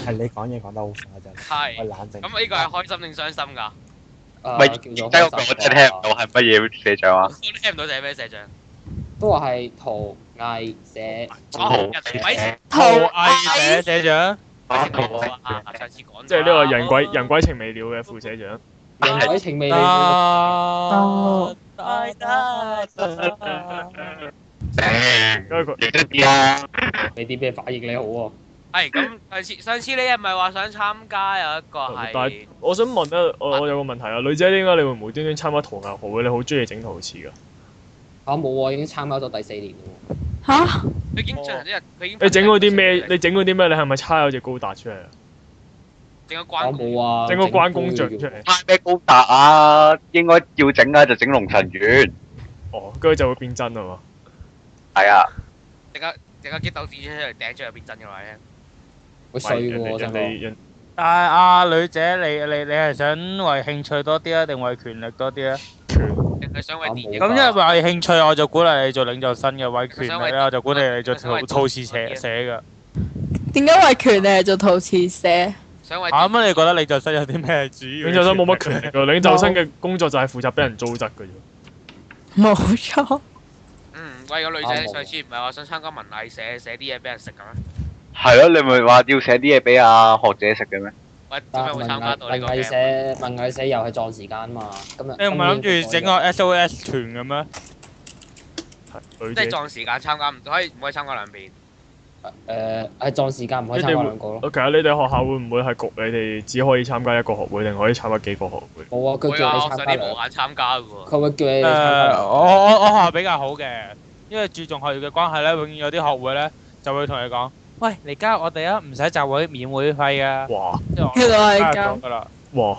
Speaker 4: 係你講嘢講得好快真係。我
Speaker 3: 係
Speaker 4: 冷靜。
Speaker 3: 咁呢個係開心定傷心㗎？
Speaker 6: 咪
Speaker 7: 誒
Speaker 6: 低
Speaker 7: 啊叫
Speaker 6: 我
Speaker 7: 做開
Speaker 6: 我
Speaker 7: 心
Speaker 6: 真
Speaker 7: 啩
Speaker 6: 聽唔到係乜嘢社長啊
Speaker 3: 我？聽唔到就係咩社長？
Speaker 7: 都話係陶藝社。
Speaker 3: 哦人哋咪
Speaker 1: 陶藝社社長，
Speaker 6: 啊
Speaker 3: 聽唔到啊！上次講
Speaker 2: 即係呢個人鬼人鬼情未了嘅副社長。
Speaker 7: 人
Speaker 2: 啊
Speaker 7: 鬼情未了，
Speaker 1: 得得得
Speaker 2: 因為佢
Speaker 6: 認真啲啊！
Speaker 7: 俾啲咩反應你好喎？
Speaker 3: 係咁上次上次你係咪話想參加有一個係
Speaker 2: 但係我想問咧，我我有個問題啊，女仔點解你會無端端參加陶藝學會？你好中意整陶瓷㗎？
Speaker 7: 嚇啊冇喎，已經參加咗第四年喎。
Speaker 5: 吓？
Speaker 3: 佢已經進行一日，佢已經
Speaker 2: 你整嗰啲咩？你整嗰啲咩？你係咪差咗隻高達出嚟啊？
Speaker 3: 整個
Speaker 7: 我
Speaker 3: 關公
Speaker 7: 冇啊，
Speaker 2: 整個關公像
Speaker 7: 象
Speaker 2: 出嚟，
Speaker 6: 派咩高達啊？應該要整啊，就整龍神丸。
Speaker 2: 哦，跟住就會變真啊嘛。
Speaker 6: 係啊，
Speaker 3: 整個整個激鬥紙出嚟掟咗入邊真嘅話咧，
Speaker 7: 會衰
Speaker 2: 喂人
Speaker 7: 喎
Speaker 2: 哋人
Speaker 7: 真係。
Speaker 2: 哋人
Speaker 1: 但係阿女姐，你你你係想為興趣多啲啊，定為權力多啲咧？
Speaker 3: 定係想為電影
Speaker 1: 咁因為為興趣，我就鼓勵你做領袖新嘅；為權力咧，我就鼓勵你做
Speaker 3: 我想
Speaker 1: 陶
Speaker 3: 為
Speaker 1: 陶瓷社社嘅。
Speaker 5: 點解為權利係做陶瓷社？
Speaker 3: 想為
Speaker 1: 啊咁，你覺得領袖新有啲咩主要？
Speaker 2: 領袖生冇乜權力㗎，領袖生嘅工作就係負責俾人糟質㗎啫。
Speaker 5: 冇錯，
Speaker 3: 嗯喂個女仔，你上次唔係話想參加文藝社寫啲嘢俾人食嘅咩？
Speaker 6: 係咯，你咪話要寫啲嘢俾阿學者食嘅咩？
Speaker 3: 喂，點解
Speaker 7: 但
Speaker 3: 會
Speaker 7: 文
Speaker 3: 參
Speaker 7: 藝
Speaker 3: 加到呢
Speaker 7: 文藝
Speaker 3: 個 game？
Speaker 7: 社文藝社又係撞時間嘛，今日
Speaker 1: 你唔係諗住整個 SOS 團嘅咩？
Speaker 2: 女
Speaker 3: 即
Speaker 2: 仔
Speaker 3: 係撞時間參加唔到，可以唔可以參加兩邊？
Speaker 7: 誒呃係撞時間，唔可以參加兩個咯。
Speaker 2: 其啊實你哋學校會唔會係焗你哋只可以參加一個學會，定可以參加幾個學會？
Speaker 7: 冇啊，佢
Speaker 3: 會
Speaker 7: 叫
Speaker 3: 啊，
Speaker 7: 你
Speaker 3: 我
Speaker 7: 參
Speaker 3: 上
Speaker 7: 加
Speaker 3: 年
Speaker 7: 兩
Speaker 3: 無限參加嘅喎。
Speaker 7: 佢會叫你
Speaker 1: 誒，
Speaker 7: 哋參加兩
Speaker 1: 我
Speaker 7: 個。
Speaker 1: 我我學校比較好嘅，因為注重學業嘅關係咧，永遠有啲學會咧就會同你講：，喂，你加入我哋啊，唔使集會，免會費啊。
Speaker 2: 哇
Speaker 1: 即係我
Speaker 5: 原來係
Speaker 1: 加入
Speaker 5: 咁
Speaker 1: 咗。㗎啦。
Speaker 2: 哇！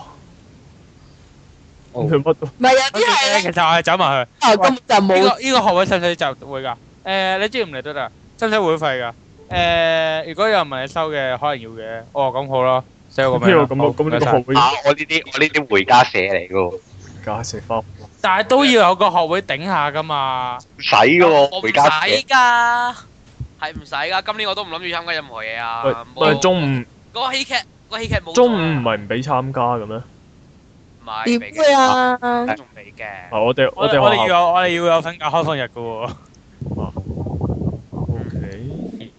Speaker 7: 哦
Speaker 2: 佢 乜都
Speaker 5: 唔係有
Speaker 1: 跟
Speaker 5: 啲
Speaker 1: 住
Speaker 5: 係
Speaker 1: 咧，
Speaker 5: 咧，
Speaker 1: 其實我係走埋去。
Speaker 5: 頭根本就
Speaker 1: 呢、
Speaker 5: 冇
Speaker 1: 個呢、個學位使唔使集會㗎？誒、你中意唔嚟都得，使唔使會費㗎？誒、如果有人問你收嘅，可能要嘅。哦，咁好啦，寫 我個名啦。啊
Speaker 2: 邊度咁
Speaker 1: 好
Speaker 2: 咁呢
Speaker 1: 唔該
Speaker 2: 個
Speaker 1: 晒
Speaker 2: 學會
Speaker 6: 啊！我呢啲我呢啲回家社嚟嘅喎，唔
Speaker 2: 假食包？
Speaker 1: 但係都要有個學會頂下㗎嘛。
Speaker 6: 使嘅
Speaker 3: 我
Speaker 6: 喎，
Speaker 3: 唔
Speaker 6: 回
Speaker 3: 使
Speaker 6: 家社。
Speaker 3: 㗎，係唔使㗎。今年我都唔諗住參加任何嘢啊。
Speaker 2: 喂喂，
Speaker 3: 冇
Speaker 2: 中午
Speaker 3: 嗰個喜劇，嗰個喜劇冇咗啊。
Speaker 2: 中午唔係唔俾參加嘅咩？
Speaker 3: 唔係
Speaker 5: 點
Speaker 3: 未
Speaker 5: 會
Speaker 3: 嘅，
Speaker 5: 啊？
Speaker 3: 仲未
Speaker 2: 啊！
Speaker 3: 嘅。
Speaker 2: 我哋
Speaker 1: 我
Speaker 2: 我
Speaker 1: 哋我哋
Speaker 2: 哋
Speaker 1: 要
Speaker 2: 學校
Speaker 1: 有我哋要有分隔開放日㗎喎。
Speaker 2: O K，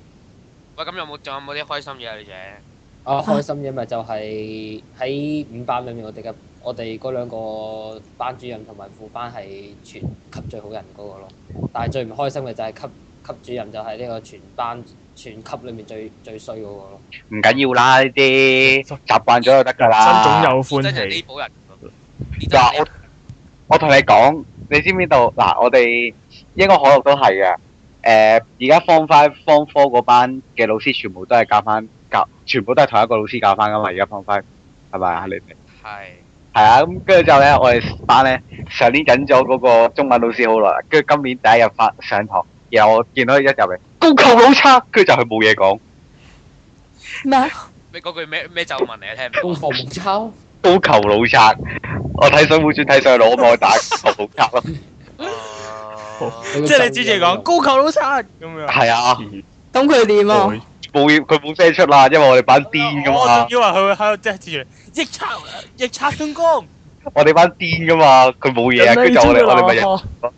Speaker 3: 喂，咁有冇仲有冇啲開心嘢啊？你哋
Speaker 7: 啊，開心嘅咪就係喺五班裏面，我哋嘅我哋嗰兩個班主任同埋副班係全級最好人嗰個咯。但係最唔開心嘅就係級級主任就係呢個全班全級裏面最最衰嗰個 咯。
Speaker 6: 唔緊要啦，呢啲習慣咗就得㗎
Speaker 2: 真
Speaker 6: 啦。
Speaker 2: 總有
Speaker 3: 真係
Speaker 2: 歡
Speaker 3: 呢
Speaker 2: 喜。
Speaker 3: 保人喎。呢真
Speaker 6: 嗱，
Speaker 3: 係
Speaker 6: 我我同你講，你知唔知道？嗱，我哋應該可樂都係嘅。誒、而家 form five、form four 嗰班嘅老師全部都係教翻教，全部都係同一個老師教翻噶嘛。而家 form five 係咪啊？你哋
Speaker 3: 係
Speaker 6: 係啊，咁跟住之後咧，我哋班咧上年緊咗嗰個中文老師好耐啦，跟住今年第一日翻上堂，然後我見到佢一入嚟，高球老差，跟住就佢冇嘢講，
Speaker 5: 咩啊？
Speaker 3: 咩嗰句咩咩咒文嚟啊？聽
Speaker 7: 功
Speaker 3: 唔到。
Speaker 7: 課冇抄，
Speaker 6: 高球老差。我睇水滸傳睇上腦，我咪去打球老 差咯。
Speaker 3: 哦
Speaker 7: 即
Speaker 1: 即係你之前講高球老差咁樣。
Speaker 6: 係啊，
Speaker 5: 咁佢點啊？
Speaker 6: 冇嘢，佢冇聲出啦，因為我哋班癲噶
Speaker 1: 啊我
Speaker 6: 嘛
Speaker 1: 仲。以為佢會喺度即係自逆插逆插進攻。
Speaker 6: 我哋班癲噶嘛，佢冇嘢啊，跟住我哋我哋咪日，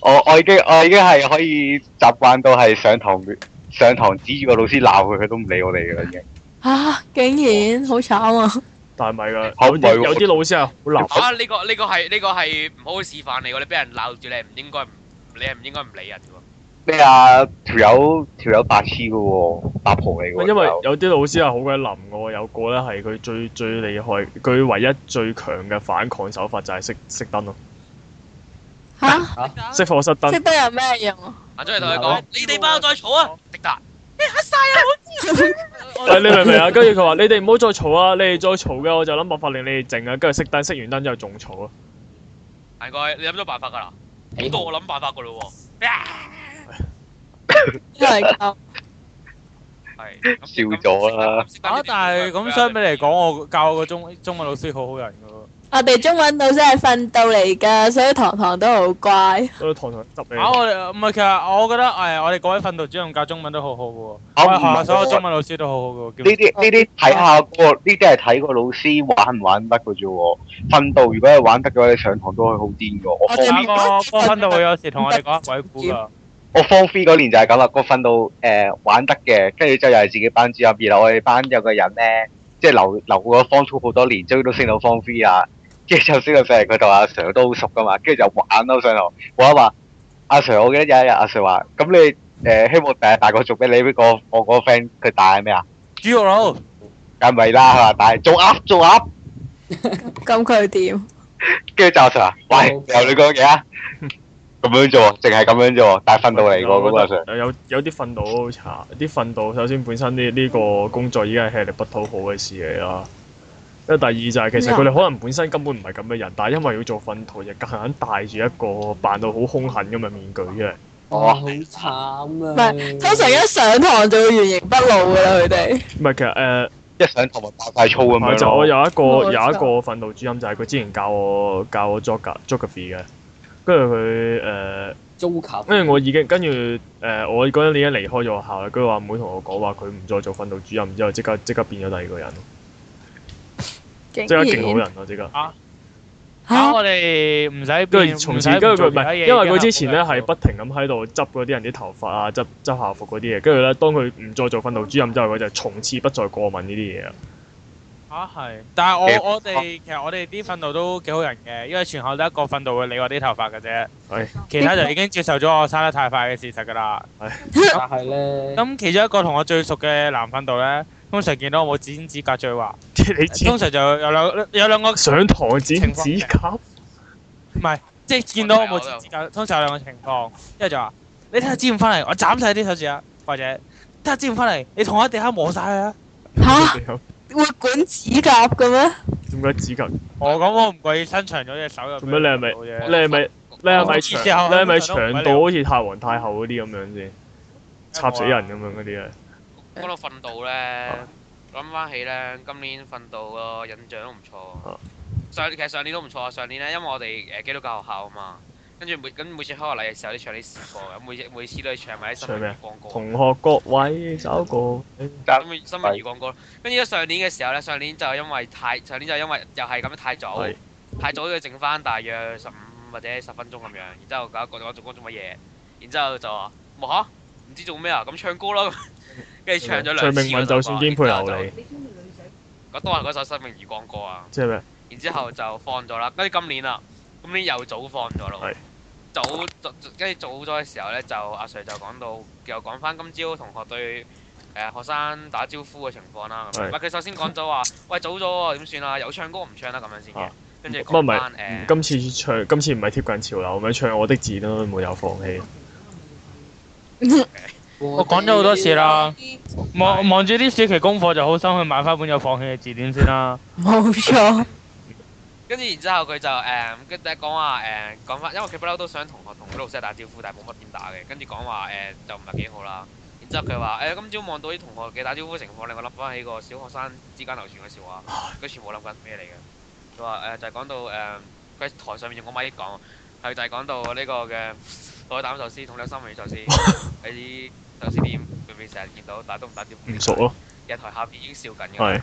Speaker 6: 我我已經我已經係可以習慣到係上堂上堂指住個老師鬧佢，佢都唔理我哋噶啦已經。
Speaker 5: 啊！竟然好慘啊！
Speaker 2: 但係咪㗎？
Speaker 6: 嚇
Speaker 2: 有
Speaker 6: 唔係
Speaker 2: 啲
Speaker 6: 喎
Speaker 2: 有啲老師係好難。
Speaker 3: 啊！呢個呢個係呢個係唔好嘅示範嚟喎。你俾人鬧住，你係唔應該唔你係唔應該唔理人嘅喎。
Speaker 6: 咩啊？條友條友白痴噶喎，八婆嚟噶喎。
Speaker 2: 因為
Speaker 6: 條友
Speaker 2: 有啲老師係好鬼冧嘅喎，有個咧係佢最最厲害，佢唯一最強嘅反抗手法就係熄熄燈咯，
Speaker 5: 吓，
Speaker 2: 熄課室燈
Speaker 5: 識。得有咩用啊？
Speaker 3: 行出嚟同佢講：你哋班再嘈啊！迪達，
Speaker 2: 但係你明唔 明啊？跟住佢話：你哋唔好再嘈啊！你哋再嘈嘅，我就諗辦法令你哋靜啊！跟住熄燈，熄完燈之後仲嘈啊！
Speaker 3: 大概你諗咗辦法㗎啦，咁
Speaker 1: 啊
Speaker 3: 到我諗辦法㗎咯喎。
Speaker 5: 因為咁
Speaker 3: 係
Speaker 6: 笑咗啦！
Speaker 3: Ờ,
Speaker 1: 啊，但係咁相比嚟講，我教個中中文老師好好人㗎喎。
Speaker 5: 我哋中文老師係訓導嚟㗎，所以堂堂都好乖。
Speaker 2: 我堂堂執你
Speaker 1: 啊！我哋唔係，其實我覺得誒，我哋各位訓導主任教中文都好好嘅喎，我
Speaker 6: 啊
Speaker 1: 哋學
Speaker 6: 唔
Speaker 1: 校
Speaker 6: 係
Speaker 1: 所有
Speaker 6: 喎
Speaker 1: 中文老師都好好嘅喎。
Speaker 6: 呢啲呢啲睇下個，呢啲係睇個老師玩唔玩得嘅啫喎。訓導如果係玩得嘅話，你上堂都係好癲嘅喎。我
Speaker 5: 我
Speaker 6: 方
Speaker 5: 哋
Speaker 1: 啊個個訓導會有時同我哋講鬼故㗎。
Speaker 6: 我 form three 嗰年就係咁啦，啊個訓導誒玩得嘅，跟住之後又係自己班主任，然後我哋班有個人咧，即係留留咗 form two 好多年，終於都升到 form three 啦。跟住之後升到上嚟，佢同阿 Sir 都好熟噶嘛，跟住就玩咯上堂，玩話阿 Sir，我記得有一日阿 Sir 話：咁你誒、希望第日大個做咩？你俾個我嗰個 friend 佢打係咩啊？
Speaker 1: 豬肉佬，
Speaker 6: 梗係咪啦，佢話但係做鴨做鴨，
Speaker 5: 咁佢點？
Speaker 6: 跟住就阿 Sir 話：喂，由你講嘢啊！咁樣做，淨係咁樣做，但係訓導嚟個咁阿 Sir。
Speaker 2: 有有啲訓導好差，啲訓導首先本身呢呢個工作已經係吃力不討好嘅事嚟啦。因為第二就係其實佢哋可能本身根本唔係咁嘅人，但係因為要做訓導，就夾硬戴住一個扮到好兇狠咁嘅面具啫。
Speaker 7: 哇，好慘啊！唔
Speaker 5: 係通常一上堂就會原形畢露㗎啦，佢哋。
Speaker 2: 唔係其實誒、呃
Speaker 6: 一上堂咪爆晒粗咁樣
Speaker 2: 就
Speaker 6: 咯
Speaker 2: 我有一個
Speaker 5: 我
Speaker 2: 有
Speaker 5: 知啊
Speaker 2: 一個訓導主任就係佢之前教我教我 geog- geography 嘅，跟住佢誒。呃
Speaker 7: 租球，
Speaker 2: 跟住我已經跟住誒，我嗰陣已經離開咗學校啦。跟住我阿妹同我講話，佢唔再做訓導主任之後，即刻即刻變咗第二個人，即
Speaker 5: 即
Speaker 2: 刻勁好人咯，即刻。
Speaker 1: 啊！我哋唔使
Speaker 2: 跟
Speaker 1: 變，
Speaker 2: 住從
Speaker 1: 唔
Speaker 2: 此
Speaker 1: 使
Speaker 2: 跟住
Speaker 1: 做
Speaker 2: 佢唔
Speaker 1: 其他
Speaker 2: 係，
Speaker 1: 嘢
Speaker 2: 因為佢之前咧
Speaker 1: 已經
Speaker 2: 係不停咁喺度執嗰啲人啲頭髮啊、執執校服嗰啲嘢。跟住咧，當佢唔再做訓導主任之後，佢就從此不再過問呢啲嘢啦。
Speaker 1: 啊係，但係
Speaker 6: 嘅
Speaker 1: 我我哋其實我哋啲訓導都幾好人嘅，因為全校得一個訓導會理我啲頭髮嘅啫，
Speaker 2: 係
Speaker 1: 其他就已經接受咗我生得太快嘅事實㗎啦。
Speaker 7: 但係咧，
Speaker 1: 咁其中一個同我最熟嘅男訓導咧，通常見到我冇剪指甲最話，
Speaker 2: 你知
Speaker 1: 通常就有兩有兩個
Speaker 2: 上堂剪指甲，
Speaker 1: 即係見到我冇剪指甲，通常有兩個情況，一係就話你睇下剪唔翻嚟，我斬晒啲手指啊，或者睇下剪唔翻嚟，你同我喺地下磨晒佢啊。
Speaker 5: 嚇 會管指甲嘅咩？
Speaker 2: 點解指甲？
Speaker 1: 我咁我唔鬼伸長咗隻手入。
Speaker 2: 做咩你係咪你係咪你係咪長你係咪長到好似太皇太后嗰啲咁樣先插死人咁樣嗰啲啊？
Speaker 3: 講到訓導咧，諗翻起咧，今年訓導個印象都唔錯
Speaker 2: 啊。
Speaker 3: 上其實上年都唔錯啊！上年咧，因為我哋誒基督教學校啊嘛，跟住每咁每次開學禮嘅時候，都唱啲詩歌嘅，每每次都係唱埋啲
Speaker 2: 唱
Speaker 3: 新
Speaker 2: 咩啊
Speaker 3: 民光歌。
Speaker 2: 同學各位找個
Speaker 3: 咁咪新聞預廣告咯。跟住咧上年嘅時候咧，上年就因為太上年就因為又係咁樣太早
Speaker 2: 係，
Speaker 3: 太早就剩翻大約十五或者十分鐘咁樣，然之後搞講我做講做乜嘢，然之後就話冇嚇，唔知做咩啊，咁唱歌啦，跟住唱咗兩次
Speaker 2: 唱命嗯
Speaker 3: 嗰首歌。啊
Speaker 2: 運就算顛沛
Speaker 3: 然之後
Speaker 2: 流離，
Speaker 3: 就嗰當係嗰首《生命如光歌》啊，
Speaker 2: 即係咩？
Speaker 3: 然之後就放咗啦，跟住今年啦，今年又早放咗咯
Speaker 2: 係。
Speaker 3: 早早跟住早咗嘅時候咧，就阿 Sir 就講到，又講翻今朝同學對誒、呃、學生打招呼嘅情況啦。咁樣
Speaker 2: 係
Speaker 3: 唔係佢首先講咗話，喂早咗喎，點算啊？有唱歌唔唱啦咁樣先嘅
Speaker 2: 啊。
Speaker 3: 跟住
Speaker 2: 乜
Speaker 3: 講
Speaker 2: 唔
Speaker 3: 翻
Speaker 2: 係？
Speaker 3: 誒，
Speaker 2: 今次唱今次唔係貼近潮流咁樣唱我的字都沒有放棄。
Speaker 1: 我講咗好多次啦，望望住啲暑期功課就好心去買翻本有放棄嘅字典先 啦。
Speaker 5: 冇錯，
Speaker 3: 跟住然之後佢就誒，跟住講話誒講翻，因為佢不嬲都想同學同佢老師打招呼，但係冇乜點打嘅。跟住講話誒就唔係幾好啦。然之後佢話誒今朝望到啲同學嘅打招呼情況，令我諗翻起個小學生之間流傳嘅笑話。佢全部諗緊咩嚟嘅？佢話誒就係、講到誒，佢、喺台上面用個咪講，佢就係講到呢個嘅海膽壽司同兩三文魚 壽司喺啲壽司店裏面成日見到，但係都唔打招呼。
Speaker 2: 唔熟咯，
Speaker 3: 日台下邊已經笑緊嘅。
Speaker 2: 係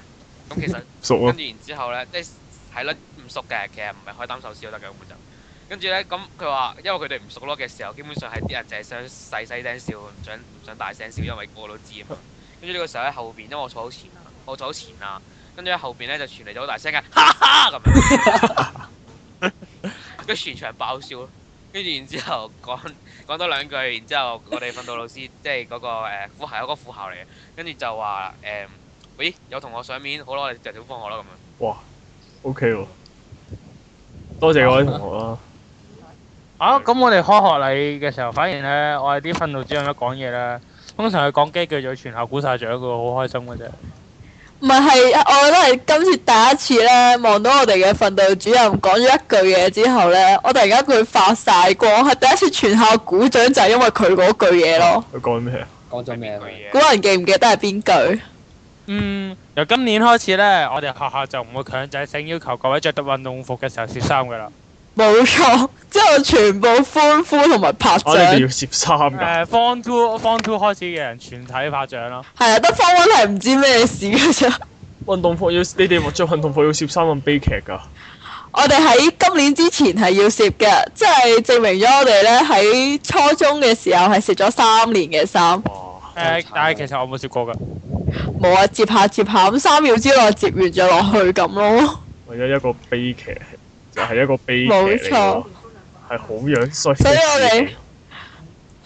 Speaker 3: 咁其實
Speaker 2: 熟啊咯
Speaker 3: 跟，住然之後咧，即係係啦，唔熟嘅，其實唔係海膽壽司都得嘅根本就。跟住咧，咁佢話因為佢哋唔熟咯嘅時候，基本上係啲人淨係想細細聲笑，唔想唔想大聲笑，因為個個都知啊嘛。跟住呢個時候喺後邊，因為我坐好前啊，我坐好前啊，跟住喺後邊咧就傳嚟咗好大聲嘅哈哈咁樣，跟住全場爆笑咯。跟住然之後講 講多兩句，然之後我哋訓導老師即係嗰個誒副校有嗰個副校嚟嘅，跟住就話誒，咦有同學上面，好啦，我哋就早放學啦咁樣。
Speaker 2: 哇，OK 喎，多謝各位同學啦。
Speaker 1: 啊啊，咁我哋開學禮嘅時候，反而咧，我哋啲訓導主任一講嘢咧，通常佢講機具就全校估晒獎嘅喎，好開心嘅啫。
Speaker 5: 唔係係，我覺得係今次第一次咧，望到我哋嘅訓導主任講咗一句嘢之後咧，我突然間佢發晒光，係第一次全校鼓掌就係因為佢嗰句嘢咯。
Speaker 2: 佢講咩啊？
Speaker 7: 講咗咩
Speaker 3: 邊
Speaker 7: 啊
Speaker 3: 句？
Speaker 5: 古
Speaker 3: 嘢？
Speaker 5: 人記唔記得係邊句？
Speaker 1: 嗯，由今年開始咧，我哋學校就唔會強制性要求各位着得運動服嘅時候攝衫噶啦。
Speaker 5: 冇錯，之後全部歡呼同埋拍掌
Speaker 2: 我，啊哋要攝衫
Speaker 1: 誒、
Speaker 2: 㗎。
Speaker 1: f o r m Two Form Two 開始嘅人全體拍掌咯。
Speaker 5: 係啊，得方温係唔知咩事嘅啫。
Speaker 2: 運動服要你哋着運動服要攝衫咁悲劇㗎。
Speaker 5: 我哋喺今年之前係要攝嘅，即係證明咗我哋咧喺初中嘅時候係攝咗三年嘅衫，
Speaker 2: 哇！
Speaker 1: 誒、
Speaker 7: 真係慘啊
Speaker 1: 但係其實我冇攝過㗎。
Speaker 5: 冇啊，接下接下咁三秒之內接完就落去咁咯。
Speaker 2: 為咗一個悲劇，就係、一個悲劇
Speaker 5: 冇
Speaker 2: 嚟
Speaker 5: 錯
Speaker 2: 喎，係好樣衰。
Speaker 5: 所以我哋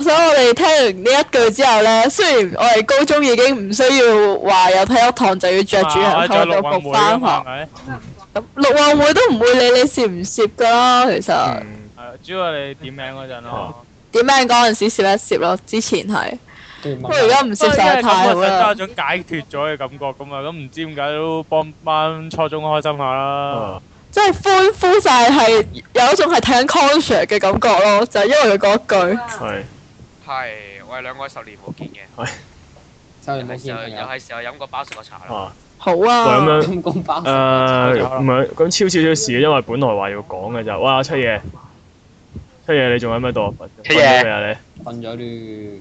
Speaker 5: 所以我哋聽完呢一句之後咧，雖然我哋高中已經唔需要話有體育堂就要着住
Speaker 1: 啊我哋
Speaker 5: 人口
Speaker 1: 仲有啊
Speaker 5: 度
Speaker 1: 陸運
Speaker 5: 服
Speaker 1: 會㗎
Speaker 5: 翻
Speaker 1: 嘛，係
Speaker 5: 學，
Speaker 1: 咪？
Speaker 5: 咁陸運會都唔會理你攝唔攝噶啦。其實
Speaker 2: 嗯
Speaker 1: 係主要係你點名嗰陣咯。
Speaker 5: 點解嗰陣時攝一攝咯？之前係，
Speaker 7: 跟住問
Speaker 5: 不過而家
Speaker 7: 下
Speaker 5: 唔
Speaker 1: 嗯不
Speaker 5: 攝
Speaker 1: 過
Speaker 5: 實
Speaker 1: 因為
Speaker 5: 在太好
Speaker 1: 咁，我實都有
Speaker 5: 啦。
Speaker 1: 種解脫咗嘅感覺咁啊！咁唔知點解都幫班初中開心下啦。
Speaker 2: 啊
Speaker 5: 即係歡呼晒係有一種係睇緊 concert 嘅感覺咯，就係因為佢嗰句。
Speaker 2: 係
Speaker 3: 係，我哋兩個喺十年冇見嘅，
Speaker 7: 收你冇見啊朋
Speaker 3: 又係時候又
Speaker 7: 友，
Speaker 3: 係時候飲個包食個茶啦。
Speaker 2: 啊，
Speaker 5: 好
Speaker 2: 就
Speaker 5: 啊，
Speaker 2: 咁樣。
Speaker 7: 咁公包
Speaker 2: 誒啊唔係咁超少少事，因為本來話要講嘅就，哇七爺，七爺你仲喺咩度啊？
Speaker 6: 七爺
Speaker 2: 瞓咗未啊你？
Speaker 7: 瞓咗啲，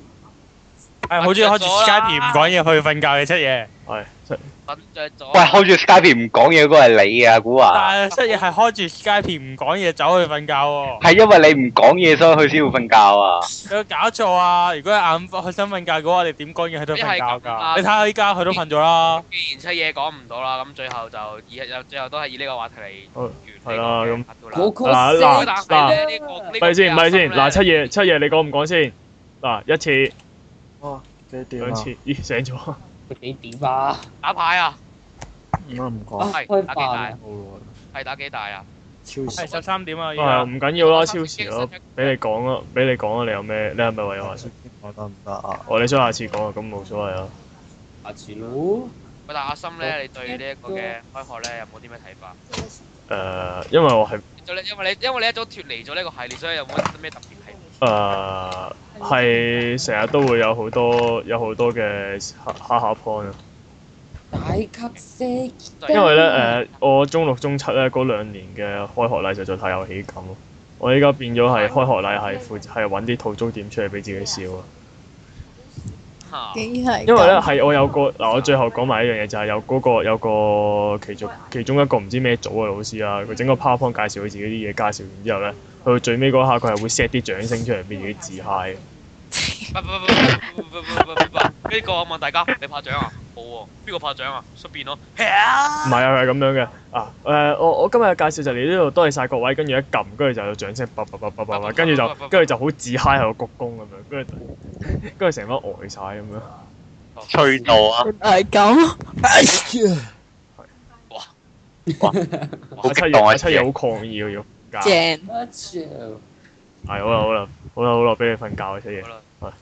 Speaker 1: 係好中意開住
Speaker 3: 我着咗啦
Speaker 1: Skype 唔講嘢去瞓覺嘅七嘢，
Speaker 2: 係七
Speaker 3: 瞓着咗。
Speaker 6: 喂，開住 Skype 唔講嘢嗰個係你啊，古華。
Speaker 1: 但係七嘢係開住 Skype 唔講嘢走去瞓覺喎。
Speaker 6: 係因為你唔講嘢，所以佢先要瞓覺啊。
Speaker 1: 有冇搞錯啊！如果係眼瞓佢想瞓覺嘅話，我哋點講嘢佢都瞓
Speaker 3: 一係
Speaker 1: 覺
Speaker 3: 咁啊
Speaker 1: 㗎。你睇下依家佢都瞓咗啦。
Speaker 3: 既然出嘢講唔到啦，咁最後就以又最後都係以呢個話題嚟
Speaker 2: 哦
Speaker 3: 完
Speaker 2: 係
Speaker 3: 呢個
Speaker 2: 啦
Speaker 3: 嘅
Speaker 2: 咁
Speaker 3: 拍到啦
Speaker 7: 嗰個
Speaker 2: 嗱嗱
Speaker 3: 但係咧呢個呢個
Speaker 2: 咪先咪先，嗱七
Speaker 3: 呢
Speaker 2: 爺七爺你講唔講先？嗱一次
Speaker 4: 哦，幾點
Speaker 2: 兩
Speaker 4: 啊？
Speaker 2: 次，咦醒咗？
Speaker 7: 佢幾點啊？
Speaker 3: 打牌啊，
Speaker 4: 唔啊唔講，
Speaker 7: 啊
Speaker 3: 係
Speaker 7: 開
Speaker 3: 打幾大
Speaker 7: 飯
Speaker 4: 好耐，
Speaker 3: 係打幾大啊？
Speaker 4: 超時
Speaker 1: 係十三點啊！依
Speaker 2: 啊
Speaker 1: 家
Speaker 2: 唔緊要啦，超時咯，俾你講咯，俾你講啦，你有咩？你係咪為我下次？
Speaker 4: 我得唔得啊？
Speaker 2: 哦你想下次講啊，咁冇所謂啊。
Speaker 7: 下次咯，
Speaker 3: 喂，但阿森咧，你對呢一個嘅開學咧有冇啲咩睇法？
Speaker 2: 誒，因為我係
Speaker 3: 就你因為你因為你一早脱離咗呢個系列，所以有冇啲咩特別睇法？
Speaker 2: 誒係成日都會有好多有好多嘅下下下 point 啊。
Speaker 7: 大級色。
Speaker 2: 因為咧誒、呃我中六中七咧嗰兩年嘅開學禮實在太有喜感咯。我依家變咗係開學禮係負責係揾啲套租點出嚟俾自己笑啊！
Speaker 3: 嚇
Speaker 5: 竟然係咁
Speaker 2: 因為咧係我有個嗱，我最後講埋一樣嘢就係有嗰、個有個其中其中一個唔知咩組嘅老師啦，佢整個 PowerPoint 介紹佢自己啲嘢，介紹完之後咧，去到最尾嗰刻佢係會 set 啲掌聲出嚟俾自己自嗨。
Speaker 3: 不不不不不不不不，呢個我問大家，你拍掌啊？冇喎，邊個拍掌啊？出邊咯，
Speaker 2: 唔係啊，係咁樣嘅啊誒、我我今日嘅介紹就嚟呢度，多謝晒各位，跟住一撳，跟住就有掌聲，叭叭叭叭叭叭，跟住就跟住就好自嗨喺度鞠躬咁樣，跟住跟住成班呆晒咁樣。
Speaker 6: 吹到啊！
Speaker 5: 係咁，
Speaker 7: 哎
Speaker 6: 好
Speaker 2: 哇七
Speaker 6: 激
Speaker 2: 爺
Speaker 6: 動啊
Speaker 2: 哇七爺好抗議啊要瞓覺，
Speaker 5: 正。
Speaker 7: 啊超
Speaker 2: 係好啦好啦好啦好啦，俾你瞓覺啊七爺
Speaker 3: 好。啦，好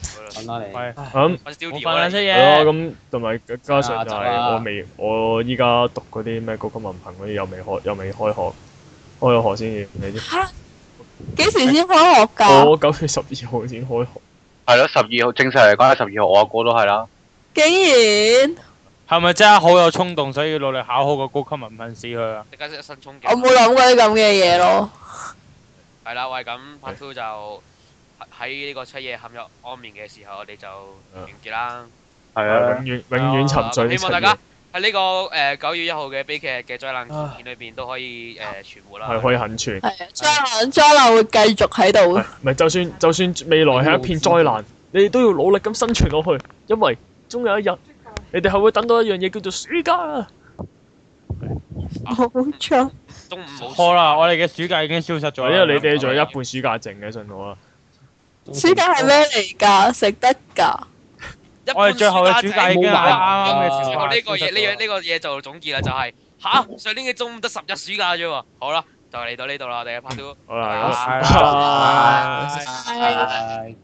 Speaker 2: 係
Speaker 3: 啦，
Speaker 7: 瞓啦你，
Speaker 1: 係
Speaker 2: 咁
Speaker 3: 我
Speaker 1: 冇
Speaker 3: studio
Speaker 1: 瞓啦
Speaker 3: 啦
Speaker 1: 七，
Speaker 2: 係
Speaker 1: 嘢。
Speaker 2: 咯，咁同埋加上就係我未我依家讀嗰啲咩高級文憑嗰啲又未開又未開學，開咗學先至你知。
Speaker 5: 幾時先開學㗎？
Speaker 2: 我九月十二號先開學。
Speaker 6: 係咯，十二號正常嚟講係十二號，我阿哥都係啦。
Speaker 5: 竟然
Speaker 1: 係咪真係好有衝動，所以要努力考好個高級文憑試佢啊？
Speaker 3: 即刻一身衝勁。
Speaker 5: 我冇諗過啲咁嘅嘢咯。
Speaker 3: 係啦，喂，咁 part two 就喺喺呢個七夜陷入安眠嘅時候，我哋就完結啦。
Speaker 6: 係啊
Speaker 2: 永。遠永
Speaker 3: Ờ,
Speaker 2: 遠沉
Speaker 3: 啊
Speaker 2: 醉。
Speaker 3: 希望大家喺呢個誒九月一號嘅悲劇嘅災難片裏邊都可以誒存活啦。
Speaker 2: 係可以幸存。
Speaker 5: 係啊，災難災難會繼續喺度
Speaker 2: 係，唔係就算就算未來係一片災難，你哋都要努力咁生存落去，因為終有一日，你哋係會等到一樣嘢叫做暑假啊！
Speaker 5: 冇錯。
Speaker 3: 中午冇
Speaker 1: 好啦，我哋嘅暑假已經消失咗啦。
Speaker 2: 因為你哋仲有一半暑假剩嘅，信我啊！
Speaker 5: 暑假係咩嚟㗎？食得㗎？
Speaker 3: 一
Speaker 1: 我
Speaker 3: 般
Speaker 1: 哋最後嘅暑假已經係啱啱嘅
Speaker 7: 冇
Speaker 1: 情況下
Speaker 7: 玩
Speaker 3: 我啊哦呢個嘢呢樣
Speaker 1: 消失咗
Speaker 3: 呢個嘢就總結啦，就係吓上年嘅中午得十日暑假啫喎。好
Speaker 1: 啊
Speaker 7: Ờ.
Speaker 3: 啦，就嚟到呢度啦，我哋嘅 part two。
Speaker 2: 好啦，
Speaker 3: 拜
Speaker 1: 拜
Speaker 2: 拜拜。
Speaker 7: 係